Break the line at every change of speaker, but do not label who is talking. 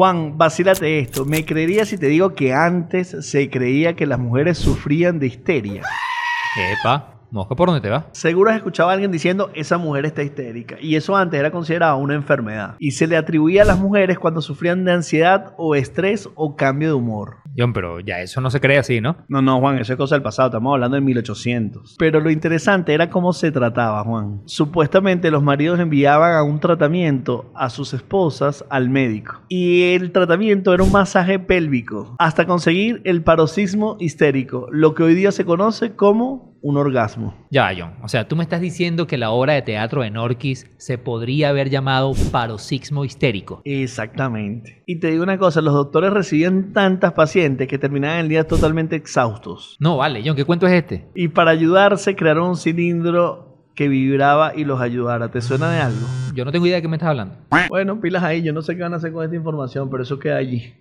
Juan, vacílate esto. Me creería si te digo que antes se creía que las mujeres sufrían de histeria.
Epa, mosca por dónde te va.
Seguro has escuchado a alguien diciendo, esa mujer está histérica. Y eso antes era considerado una enfermedad. Y se le atribuía a las mujeres cuando sufrían de ansiedad o estrés o cambio de humor.
John, pero ya eso no se cree así, ¿no?
No, no, Juan, eso es cosa del pasado, estamos hablando de 1800. Pero lo interesante era cómo se trataba, Juan. Supuestamente los maridos enviaban a un tratamiento a sus esposas al médico. Y el tratamiento era un masaje pélvico, hasta conseguir el paroxismo histérico, lo que hoy día se conoce como un orgasmo.
Ya, John. O sea, tú me estás diciendo que la obra de teatro de Norquis se podría haber llamado paroxismo histérico.
Exactamente. Y te digo una cosa, los doctores recibían tantas pacientes que terminaban el día totalmente exhaustos.
No, vale, John, ¿qué cuento es este?
Y para ayudarse crearon un cilindro que vibraba y los ayudara. ¿Te suena de algo?
Yo no tengo idea de qué me estás hablando.
Bueno, pilas ahí, yo no sé qué van a hacer con esta información, pero eso queda allí.